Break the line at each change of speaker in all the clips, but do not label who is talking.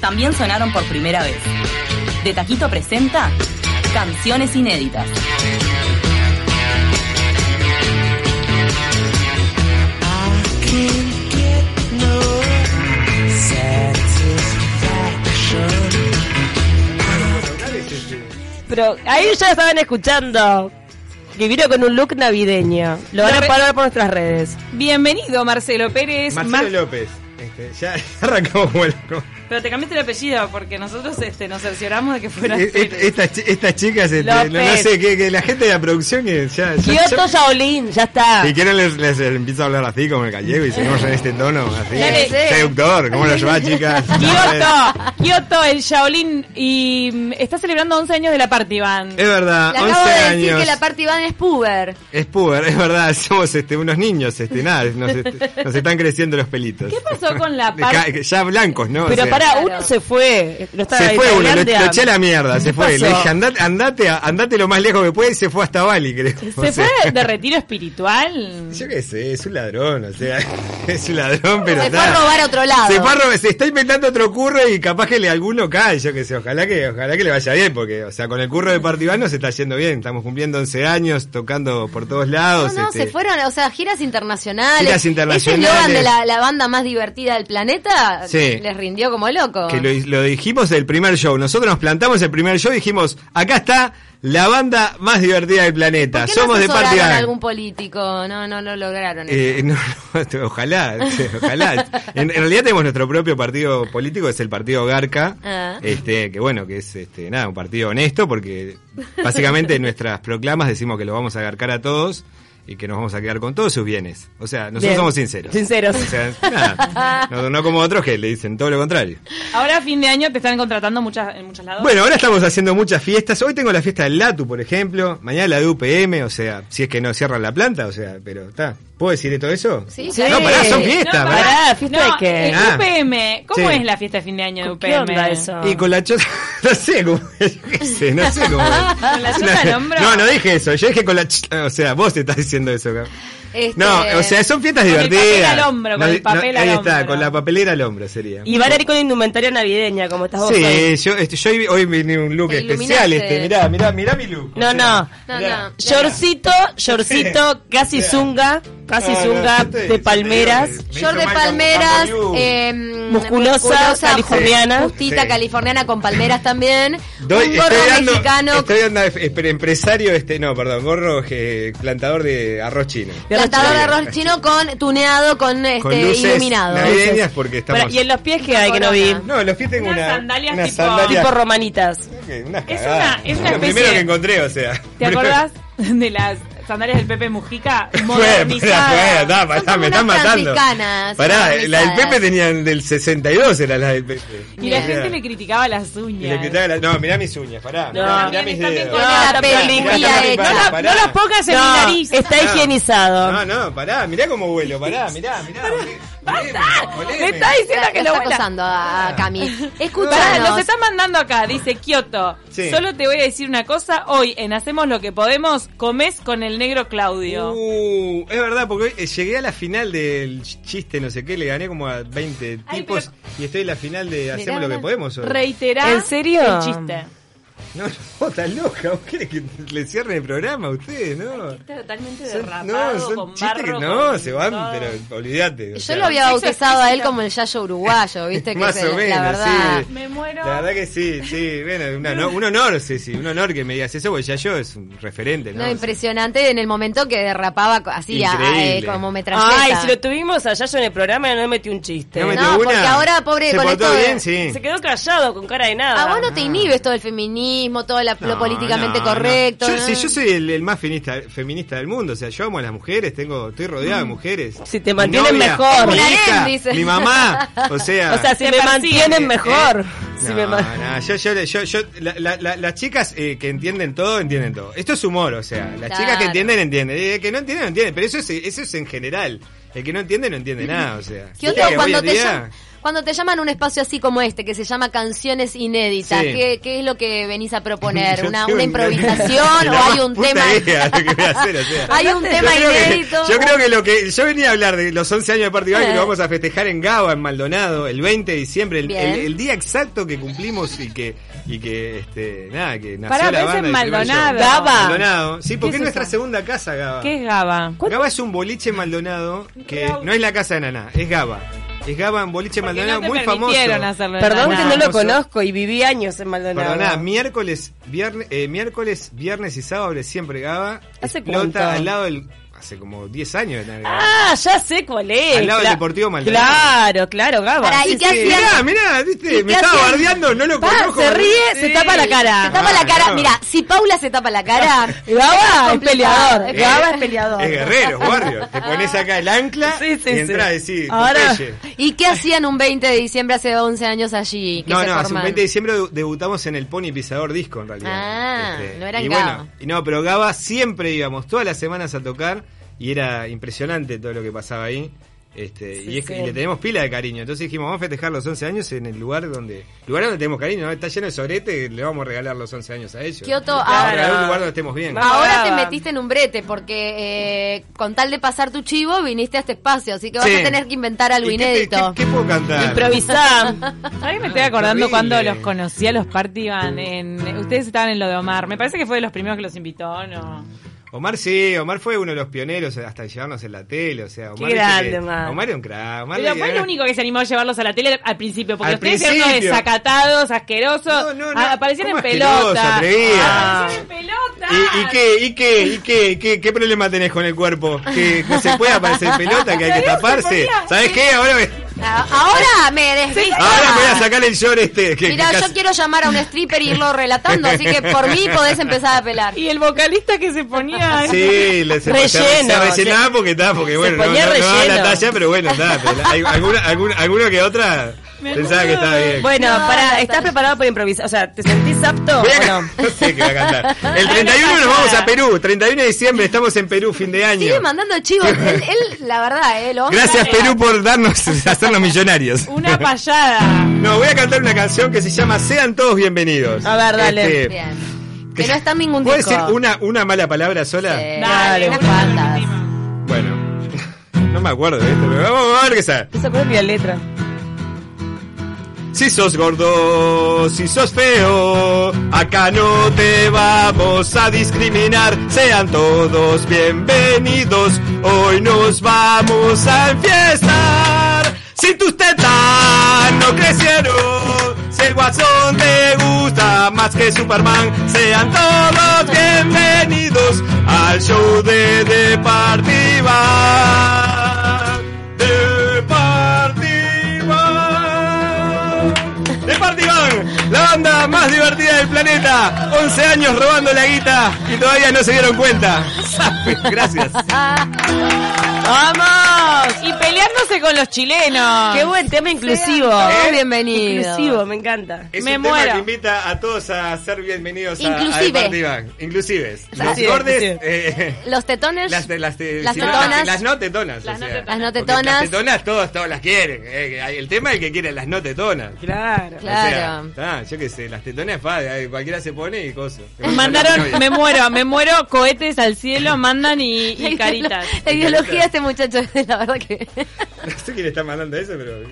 también sonaron por primera vez. De Taquito presenta Canciones Inéditas.
Pero ahí ya estaban escuchando. Que vino con un look navideño. Lo van
Lo
a
re-
parar por nuestras redes.
Bienvenido, Marcelo Pérez.
Marcelo
Mar-
López. Este, ya arrancamos como el- como-
Pero te cambiaste el apellido porque nosotros este, nos cercioramos de que fuera
Eh, eh,
Pérez.
Estas chi- estas chicas, este, no,
López.
no sé, que, que la gente de la producción que ya... ya- ya-
Kioto Shaolin, ya está.
si quieren les, les empiezo a hablar así como el gallego y seguimos en este tono, así.
Dale.
Seductor, ¿cómo lo llevas chicas? eh,
Ah,
Kioto, Kioto, el Shaolin y mm, está celebrando 11 años de la Party Band.
Es verdad,
Le
11
acabo de decir
años.
que la parte Iván es puber.
Es puber, es verdad, somos este, unos niños, este, nada, nos, este, nos están creciendo los pelitos.
¿Qué pasó con la
De
Party
ca- Ya blancos, ¿no? O
Pero
sea,
para,
Claro.
uno se fue. No estaba
Se
en
fue uno, lo,
Tailandia.
lo eché a la mierda, se
¿Qué
fue. Le
pasó?
dije, andate, andate, a- andate lo más lejos que puede y se fue hasta Bali, creo. O
¿Se
sea,
fue de retiro espiritual?
Yo qué sé, es un ladrón, o sea, es un ladrón, pero
Se fue
está-
a robar a otro lado.
Se, fue a robar- se está inventando otro curro y capaz que le, alguno cae, yo qué sé, ojalá que, ojalá que le vaya bien, porque, o sea, con el curro de Partibano se está yendo bien, estamos cumpliendo 11 años, tocando por todos
No,
lados.
no,
este,
se fueron, o sea, giras internacionales.
Giras internacionales.
Ese eslogan de la, la banda más divertida del planeta
Sí.
les rindió como loco.
Que lo, lo dijimos el primer show. Nosotros nos plantamos el primer show y dijimos, acá está la banda más divertida del planeta.
¿Por qué
Somos
no
de
asesoraron
partida.
a algún político? No, no lo lograron.
Eh, no, no, ojalá, este, ojalá. En, en realidad tenemos nuestro propio partido político, es el partido Garca,
Ah.
este, que bueno, que es este, nada, un partido honesto, porque básicamente en nuestras proclamas decimos que lo vamos a garcar a todos y que nos vamos a quedar con todos sus bienes. O sea, nosotros
Bien.
somos sinceros.
Sinceros.
O sea, nada, no, no como otros que le dicen todo lo contrario.
Ahora a fin de año te están contratando muchas, en muchos lados.
Bueno, ahora estamos haciendo muchas fiestas. Hoy tengo la fiesta del LATU, por ejemplo. Mañana la de UPM, o sea, si es que no cierran la planta, o sea, pero está. ¿Puedo decir todo eso?
Sí,
Sí.
No, pará, son fiestas,
No,
pará.
Pará, ¿fiesta de qué?
eh,
Ah.
UPM, ¿cómo
Sí.
es la fiesta de fin de año de UPM?
¿Qué onda eso?
Y con la chota, no sé cómo, yo qué sé, no sé cómo.
Con la chota al hombro.
No, no dije eso, yo dije con la ch- o sea, vos te estás diciendo eso. cabrón.
Este,
No, o sea, son fiestas
Con el
divertidas.
papel al hombro, con
No,
el
no,
papel al
Ahí está,
hombro.
con la papelera al hombro sería.
Y van a ir con indumentaria navideña, como estás vos hoy.
Sí, yo, este, yo hoy- hoy vine un look
Te
especial,
iluminaste.
este, mirá, mirá, mirá mi look.
No,
O sea,
no.
No,
mirá.
no.
Yorcito, yorcito, casi zunga, casi
No, no,
zunga
yo te- yo
de
te
palmeras.
digo que me hizo
Short
mal
de
con-
palmeras,
con Bollywood.
eh,
Musculosa, californiana.
Justita
Sí.
californiana con palmeras también.
Doy-
un gorro
estoy dando,
mexicano,
estoy dando esp- empresario, este, no, perdón, gorro eh, plantador de arroz chino.
plantador de
chino.
arroz chino con tuneado, con, este,
con luces
iluminado.
navideñas porque estamos...
Bueno, y en los pies que hay que no vi.
corona.
No, los pies tengo
Unas
una,
sandalias
unas
tipo-
sandalias-
Tipo romanitas.
que unas
Es
cagadas.
una- es una
Lo
especie
primero
de-
que encontré, o sea.
¿Te acordás de las sandalias del Pepe Mujica?
Fue, pará, pará,
Modernizadas.
pará, pará,
como
me están
unas
matando.
franciscanas,
Pará, la del
modernizadas.
Pepe tenían del 62, era la del Pepe.
Y la
O sea,
gente le criticaba las
y le
uñas.
quitaba la- No, mirá mis uñas, pará. mirá, mirá mis
Está bien
dedos.
con la
está
peli,
película.
mira,
No,
hecha.
no,
Pará,
no
pará.
las pongas en
No,
mi nariz. Está
No.
higienizado.
No, no, pará, mirá cómo vuelo, pará, mirá, mirá. olé- olé- olé-
Me está diciendo que
Lo
lo
está
vuela.
acosando a, a Cami.
Pará,
Escuchanos.
nos están mandando acá, dice Kioto.
Sí.
Solo te voy a decir una cosa, hoy en Hacemos lo que podemos, comes con el negro Claudio.
Uh, es verdad, porque hoy, eh, llegué a la final del ch- chiste, no sé qué, le gané como a 20
Ay,
tipos y estoy en la final de Hacemos lo que
mirá.
podemos. hoy.
Reiterá
¿En serio?
el chiste.
No, no, estás loca, ¿vos querés que le cierren el programa a ustedes, no?
Totalmente
Son-
derrapado,
no, son
con
chistes que
barro,
no,
con
se van,
todo.
pero olvídate. o
Yo
sea,
lo había
Sexo
bautizado a él
explícito.
como el yayo uruguayo, viste que
Más
es
o
el-
menos,
la verdad.
sí.
Me muero.
La verdad que sí, sí, bueno, una- no- un honor, sí, sí, un honor que me digas eso, porque ya yo es un referente, ¿no?
No, impresionante en el momento que derrapaba co- así a- a- eh,
Increíble.
como metralleta.
Ay, si lo tuvimos allá yo en el programa no me metí un chiste.
No metió
Este, No, porque
una.
ahora, pobre,
¿Se
con
portó
esto de-
bien? Sí.
Se quedó callado con cara de nada.
A Ah, vos no te inhibes todo el feminismo, todo la- lo
No,
políticamente
no,
correcto.
no. Yo,
¿no?
sí, yo soy el, el más finista- feminista del mundo. O sea, yo amo a las mujeres, tengo, estoy rodeado de mujeres.
Si te
Mi
mantienen mejor.
Mi,
Mm. Una
hija,
harem, dice.
mi mamá. O sea,
O sea, si
Te
me
persigue.
mantienen mejor. Si
Ah. Eh, no,
me man-
no, yo, yo, yo, yo- la- la- la- las chicas eh, que entienden todo, entienden todo. Esto es humor, o sea, las
Claro.
chicas que entienden, entienden. Y el que no entiende, no entiende. Pero eso es, eso es en general. El que no entiende, no entiende nada, o sea.
¿Qué onda
Viste que hoy
cuando
en
te,
día-
llam- Cuando te llaman a un espacio así como este, que se llama Canciones Inéditas,
Sí.
¿qué, qué es lo que venís a proponer?
Yo
¿Una,
tengo
una
idea.
improvisación o
La
hay
más
un
puta
tema?
idea de lo que voy a hacer, o sea.
hay un
Yo
tema
creo que-
inédito.
yo creo que lo que. Yo venía a hablar de los 11 años de Partidal que
Eh.
lo vamos a festejar en Gaba, en Maldonado, el 20 de diciembre, el,
Bien.
el- el día exacto que cumplimos y que. Y que, este, nada, que nació
Pará,
la
pero es
banda.
en
y el primer
Maldonado.
show.
Gaba.
Maldonado. Sí, porque es
¿Qué es
nuestra
eso?
segunda casa, Gaba.
¿Qué es Gaba?
Gaba es un boliche en Maldonado que no es la casa de Naná, es Gaba. Es Gaba, un boliche en
Porque
Maldonado
no te
muy famoso.
permitieron hacerlo en
Perdón
la
que
nada.
no lo
Famoso.
conozco y viví años en Maldonado.
Perdoná, miércoles, viernes, eh, miércoles, viernes y sábado abre siempre Gaba.
¿Hace
Explota
cuánto?
al lado del. Hace como 10 años de tener Gaba.
Ah, ya sé cuál es.
Al lado del
Cla-
Deportivo Maldonado.
Claro, claro, Gaba.
Pará, ¿y
Sí,
qué
sí.
Eh,
hacían?
mirá, mirá, viste,
¿Y
me
qué
estaba
hacían?
bardeando, no lo
Pa,
conozco.
se ríe, se tapa la cara.
Se tapa la
Ah,
cara.
no.
Mira, si Paula se tapa la cara.
Gaba es
complicado.
peleador.
Eh,
Gaba es peleador.
Es guerrero, guarrio. Te pones acá el ancla
Sí, sí,
y
sí.
entras a decir.
Ahora-
"Popeye".
¿Y qué hacían un 20 de diciembre hace 11 años allí? Que
No,
se
no, hace un
forman?
20 de diciembre debu- debutamos en el Pony Pisador Disco, en realidad. Este,
Ah, no era en
y
Gaba.
y no, pero Gaba siempre íbamos todas las semanas a tocar y era impresionante todo lo que pasaba ahí. Este,
Sí,
y, es que-
sí.
y le tenemos pila de cariño. Entonces dijimos, vamos a festejar los 11 años en el lugar donde lugar donde tenemos cariño. ¿no? Está lleno de sorete, le vamos a regalar los 11 años a ellos.
Kioto,
Vamos a
ah.
regalar un lugar donde estemos bien.
Ah,
Ahora
Brava.
te metiste en un brete porque eh, con tal de pasar tu chivo viniste a este espacio, así que vas
Sí.
a tener que inventar algo
¿Y qué te-
inédito.
¿Qué, qué puedo cantar?
Improvisá.
A mí me estoy acordando
terrible.
cuando los conocí a los Party Van en... Ustedes estaban en lo de Omar. Me parece que fue de los primeros que los invitó, ¿no?
Omar sí, Omar fue uno de los pioneros hasta en llevarnos en la tele, o sea, Omar
Qué
viste
grande,
que-
Omar.
Omar era un crack. Omar
Pero
le-
fue el único que se animó a llevarlos a la tele al principio, porque
Al
ustedes eran unos
principio.
desacatados,
No,
asquerosos,
no, no.
a- aparecían en
¿Cómo asqueroso,
pelota.
atrevida?
Aparecían en pelota.
¿Y, y qué, y qué, y qué, qué, qué problema tenés con el cuerpo? ¿Que no se puede aparecer pelota, que hay que
Pero se
taparse?
ponía-
¿Sabes qué? Ahora me,
Ah, Ahora me desvisto.
ahora me voy a sacar el short este. Que,
Mira,
que
yo
casi-
quiero llamar a un stripper y irlo relatando, así que por mí podés empezar a pelar.
Y el vocalista que se ponía.
Sí, le, se, se-
Relleno,
se rellenaba porque está, porque bueno, no, no,
ponía
no daba la
relleno.
talla, pero bueno, está. pero hay- alguna, algún- alguno que otra
Me
pensaba que
acuerdo.
estaba bien.
Bueno,
No, no,
para,
no.
¿estás preparado para improvisar? O sea, ¿te sentís apto
Voy a-
o no?
no sé qué va a cantar. El
Ay, no
31 nos
pasa
vamos a
nada.
Perú, 31 de diciembre, estamos en Perú, fin de año.
Sigue mandando chivos. Él, él, la verdad, eh, lo vamos a
Gracias
pegar.
Perú por darnos, hacernos millonarios.
Una payada.
No, voy a cantar una canción que se llama Sean todos bienvenidos.
A ver, dale.
Bien. Que no está en ningún
¿Puedes
disco.
decir una, una mala palabra sola?
Eh,
Dale,
unas
una
cuantas.
última.
Bueno, no me acuerdo de esto, pero vamos a ver qué sale.
No se acuerda ni la letra.
Si sos gordo, si sos feo, acá no te vamos a discriminar. Sean todos bienvenidos, hoy nos vamos a enfiestar. Si tus tetas no crecieron, si el guasón te gusta más que Superman, sean todos bienvenidos al show de Departiva. Departiva. Departivan, la banda más divertida del planeta. 11 años robando la guita y todavía no se dieron cuenta. Gracias.
¡Vamos!
Y peleándose con los chilenos.
¡Qué buen tema inclusivo!
todos
¿Eh?
bienvenidos.
Inclusivo, me encanta.
Es
Me
un tema
muero.
que invita a todos a ser bienvenidos a-
Inclusive.
a Departivan. Inclusives. Los
Inclusive,
gordes,
inclusive.
eh,
Los tetones.
las, las, las,
Las
sí,
tetonas.
las no tetonas.
Las
o
no
sea,
tetonas.
Las no
porque
tetonas.
Las tetonas todos, todos las quieren. eh, el tema es el que quiere las no tetonas.
Claro.
O sea,
Claro.
ah, yo qué sé, las tetonas, pa, eh, cualquiera se pone y cosas.
Me mandaron, me muero, me muero, cohetes al cielo, mandan y, y caritas.
La ideología de este muchacho es la verdad que.
No sé quién le está mandando eso, pero.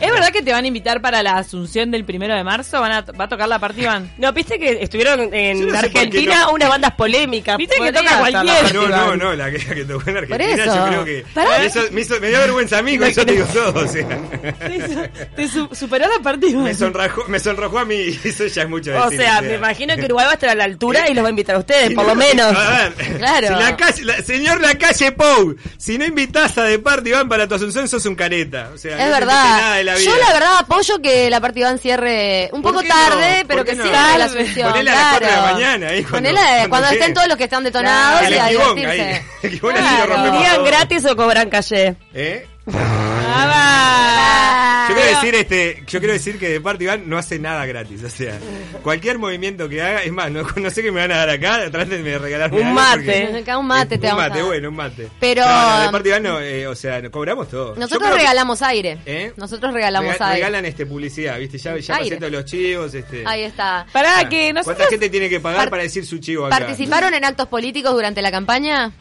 ¿Es verdad que te van a invitar para la asunción del primero de marzo? ¿Van a, ¿Va a tocar la party van?
No, viste que estuvieron en
Yo no sé por qué
Argentina
no-
unas bandas polémicas.
Viste que
Podría
toca
estar
cualquiera.
la-
No, no, no, la que, la que tocó en Argentina,
Por eso.
yo creo que.
Pará.
Eso me, hizo- me dio vergüenza a mí, con eso te digo todo. O sea,
Te, su- te su- superó la party van.
me, sonrajó, me sonrojó a mí y eso ya es mucho
O
decir,
sea, me imagino que Uruguay va a estar a la altura y los va a invitar a ustedes,
Y
por
no-
lo menos.
A ver,
Claro.
si la calle- la- señor La Calle Pou, si no invitás a De Parte Iván para tu Asunción, sos un careta. O sea, no
Es
te entendés nada
verdad.
de la vida.
Yo la verdad apoyo que la partida cierre un
¿Por
poco
qué no?
tarde,
¿Por
pero
qué
que
no?
siga la
Tarde.
asunción.
Ponela a las cuatro de la
claro.
mañana, ahí, cuando-
Ponela
cuando
cuando,
llegue.
estén todos los que están detonados
El
y a
esquivón, ahí.
divertirse.
El esquivón así lo
Claro.
rompemos
¿Dirían
todo.
Ah, gratis o cobran calle?
¿Eh?
Ah,
Yo quiero decir este, yo quiero decir que de parte Iván no hace nada gratis, o sea, cualquier movimiento que haga, es más, no, no sé qué me van a dar acá, traten de regalarme
Un
algo
mate.
porque-
Acá un mate te
un
vamos a
mate,
dar.
bueno, un mate.
Pero- mm.
No, no, de parte Iván no, eh, o sea, no- cobramos todo. Yo
Nosotros
creo que-
regalamos aire.
¿Eh?
Nosotros regalamos
Rega-
aire.
Regalan este publicidad, ¿viste? Ya, ya pasé
Aire.
todos los chivos, este.
Ahí está.
Pará,
Ah,
que
¿Cuánta
nosotros...
gente tiene que pagar
par-
para decir su chivo acá?
¿Participaron en actos políticos durante la campaña?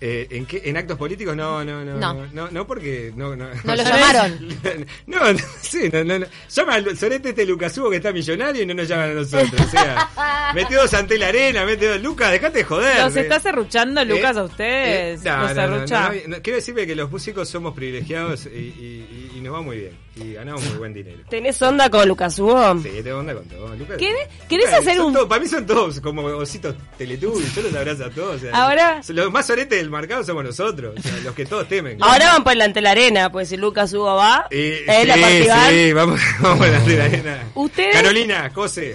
Eh, ¿en, qué- ¿En actos políticos? No, no, no.
No.
No, no, no, porque. No, no.
No lo llamaron.
No, no, sí, no, no, no. Llama al sorete este Lucasugo que está millonario y no nos llaman a nosotros. O sea, meteos ante la arena, meteos. Lucas, dejate de joder.
¿Los está serruchando, Lucas, a ustedes?
ustedes ¿Eh? no,
¿Los
no, no,
serrucha?
no, no, no. Quiero decirme que los músicos somos privilegiados y, y- y- y nos va muy bien. Y ganamos muy buen dinero.
¿Tenés onda con Lucas Hugo?
Sí, tengo onda con todo, Lucas.
¿Querés- querés
Lucas,
hacer
son
un-
todos- para mí son todos como ositos teletubbies, yo los abrazo a todos. o sea,
Ahora-
Los más soretes del mercado somos nosotros, o sea, los que todos temen.
Ahora van por delante de la arena, pues si Lucas Hugo va,
Eh,
él la
sí,
partida.
sí, vamos, vamos a la arena.
Ustedes-
Carolina, ¿Eh? José.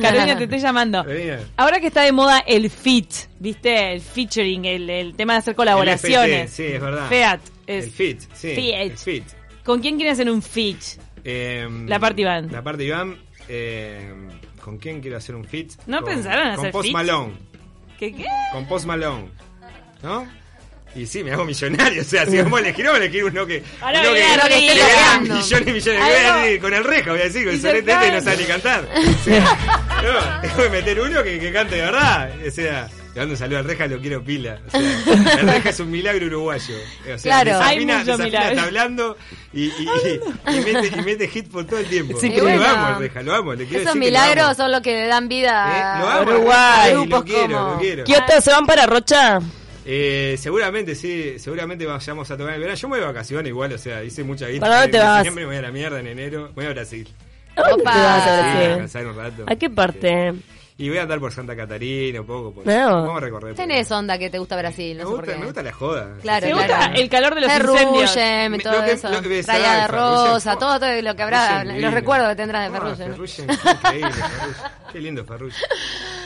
Carolina, te estoy llamando.
Carolina.
Ahora que está de moda el fit, ¿viste? El featuring, el, el tema de hacer
El FT,
colaboraciones.
sí, es verdad.
Fiat.
El
es-
fit, sí.
Fiat.
el fit.
¿Con quién quieren hacer un fit?
Em,
La parte Iván.
La parte Iván. em, ¿Con quién quiero hacer un fit?
¿No
Con-
pensaron hacer
Con Post
fit?
Malone.
¿Qué, qué?
con Post Malone. ¿No? Y sí, me hago millonario. O sea, si vamos a elegir, vamos a elegir uno que.
Ahora
uno
voy
que,
a
uno que
elegir.
le da
Random.
millones y millones.
Ahí
Voy a
va.
decir, con el reja, voy a decir, con
Y
el sorete
se
este no
cae.
sabe ni cantar. Sí. No, tengo que meter uno que, que cante de verdad. O sea, le mando un saludo al reja, lo quiero pila. O sea, el reja es un milagro uruguayo. O sea,
Claro.
Hay
desafina,
mucho
desafina,
milagro.
está hablando y, y, y- y mete, y mete hit por todo el tiempo.
Sí,
Yo
bueno.
lo amo, al reja, lo amo. Le quiero
Esos
decir que lo amo.
milagros son los que le dan
Eh, lo
vida a
amo,
Uruguay.
Lo
Grupos
quiero,
como-
lo quiero.
Kioto, ¿se van para Rocha?
Eh, seguramente, sí, seguramente vayamos a tomar el verano. Yo me voy de vacaciones igual, o sea, hice mucha guita.
¿Para dónde te
en
vas?
diciembre me voy a la mierda, en enero, voy a Brasil.
¿A dónde
Opa.
te vas a
Sí, a
Brasil?
descansar un rato.
Ah, ¿A qué parte?
Y voy a andar por Santa Catarina un poco. Por,
No.
Vamos a recorrer.
Tenés onda que te gusta Brasil,
me,
no sé por
gusta,
qué.
me gusta la joda. Sí,
Claro,
¿Te gusta
claro.
el calor de los incendios?
Ferrugem y
Me-
todo
lo que- ah,
eso.
lo que-
Raya de
Ferrugem.
Rosa, todo, todo lo que habrá,
Ferrugem divino.
los recuerdos que tendrás de
Ah,
Ferrugem.
Ferrugem, increíble, Ferrugem. Qué lindo Ferrugem.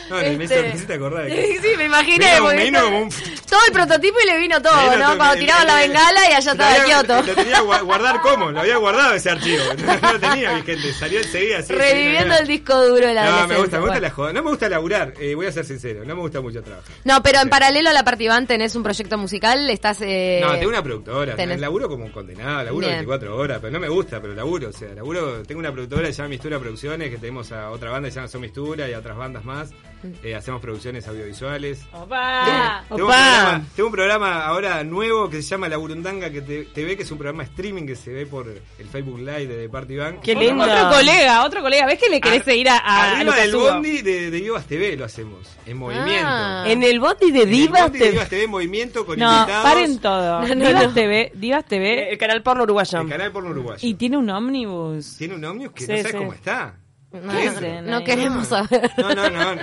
No, no, me, hizo, me hiciste acordar.
Sí,
que-
sí, me imaginé.
Vino-
porque
vino
todo-
como un-
Todo el prototipo y le vino todo,
Ahí lo
¿no?
tengo,
Cuando
el-
tiraban la
el-
bengala y allá
lo
estaba
había-
Kioto.
Lo tenía gua- guardar como, lo había guardado ese archivo. No, no lo tenía vigente, salió enseguida así.
Reviviendo
enseguida.
el disco duro de la
No, me gusta,
adolescencia,
me gusta
bueno.
la joda. No me gusta laburar, eh, voy a ser sincero, no me gusta mucho trabajar.
No, pero en
Sí.
paralelo a la Partiván tenés un proyecto musical, estás... Eh...
No, tengo una productora,
tenés-
laburo como un condenado, laburo
Bien.
24 horas, pero no me gusta, pero laburo, o sea, laburo, tengo una productora que se llama Mistura Producciones, que tenemos a otra banda que se llama Son Mistura y a otras bandas más,
Mm.
Eh, hacemos producciones audiovisuales.
¡Opa!
Tengo un,
Opa.
programa, tengo un programa ahora nuevo que se llama La Burundanga que te, te ve, que es un programa streaming que se ve por el Facebook Live de The Party Bank.
Qué
Un programa
lindo.
Otro colega, otro colega. ¿Ves que le querés seguir a, a, a
Ah, Arriba
Lucas
del
Hugo?
bondi de, de Vivas TV lo hacemos, en movimiento.
Ah.
En el bondi de
En el
divas
bondi de
te-
Vivas TV en movimiento con
No,
invitados.
paren todo.
No, no,
Divas
no.
TV, Divas
Eh,
TV.
El canal porno uruguayo.
El canal porno uruguayo.
Y tiene un ómnibus.
Tiene un ómnibus que
Sí,
no sabes
sí.
cómo está.
No,
¿Qué
no,
es?
hacen
no
ahí?
queremos saber.
No, no, no. no.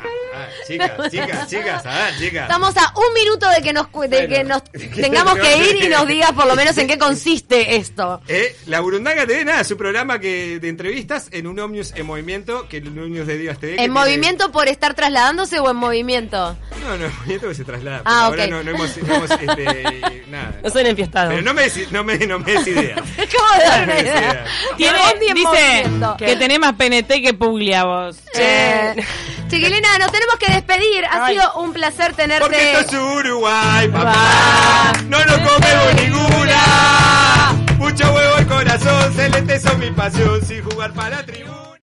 Ah, ah, chicas, chicas, chicas, a ver, chicas.
Estamos a un minuto de que nos, cu- de
Bueno.
que nos tengamos que ir y nos digas por lo menos en qué consiste esto.
Eh, la Burundanga TV, nada, es un programa que de entrevistas en un ómnibus en movimiento, que el ómnibus de Divas TV. que
¿En
tiene-
movimiento por estar trasladándose o en movimiento?
No, no, en movimiento que se traslada.
Ah,
pero
ok.
Ahora no, no hemos, no hemos, este, nada.
No son enfiestados.
Pero no me, des- no me, no me des idea.
Es como dar
No
una
me des
idea.
idea.
Tiene,
Bondi en
dice
movimiento.
que tenés más PNT que Puglia vos.
Eh, Chiquilina, nos tenemos que despedir. Ha
Ay.
sido un placer tenerte.
Porque esto es Uruguay, papá. No nos comemos ninguna. Mucho huevo el corazón, celeste son mi pasión. Sin jugar para tribuna.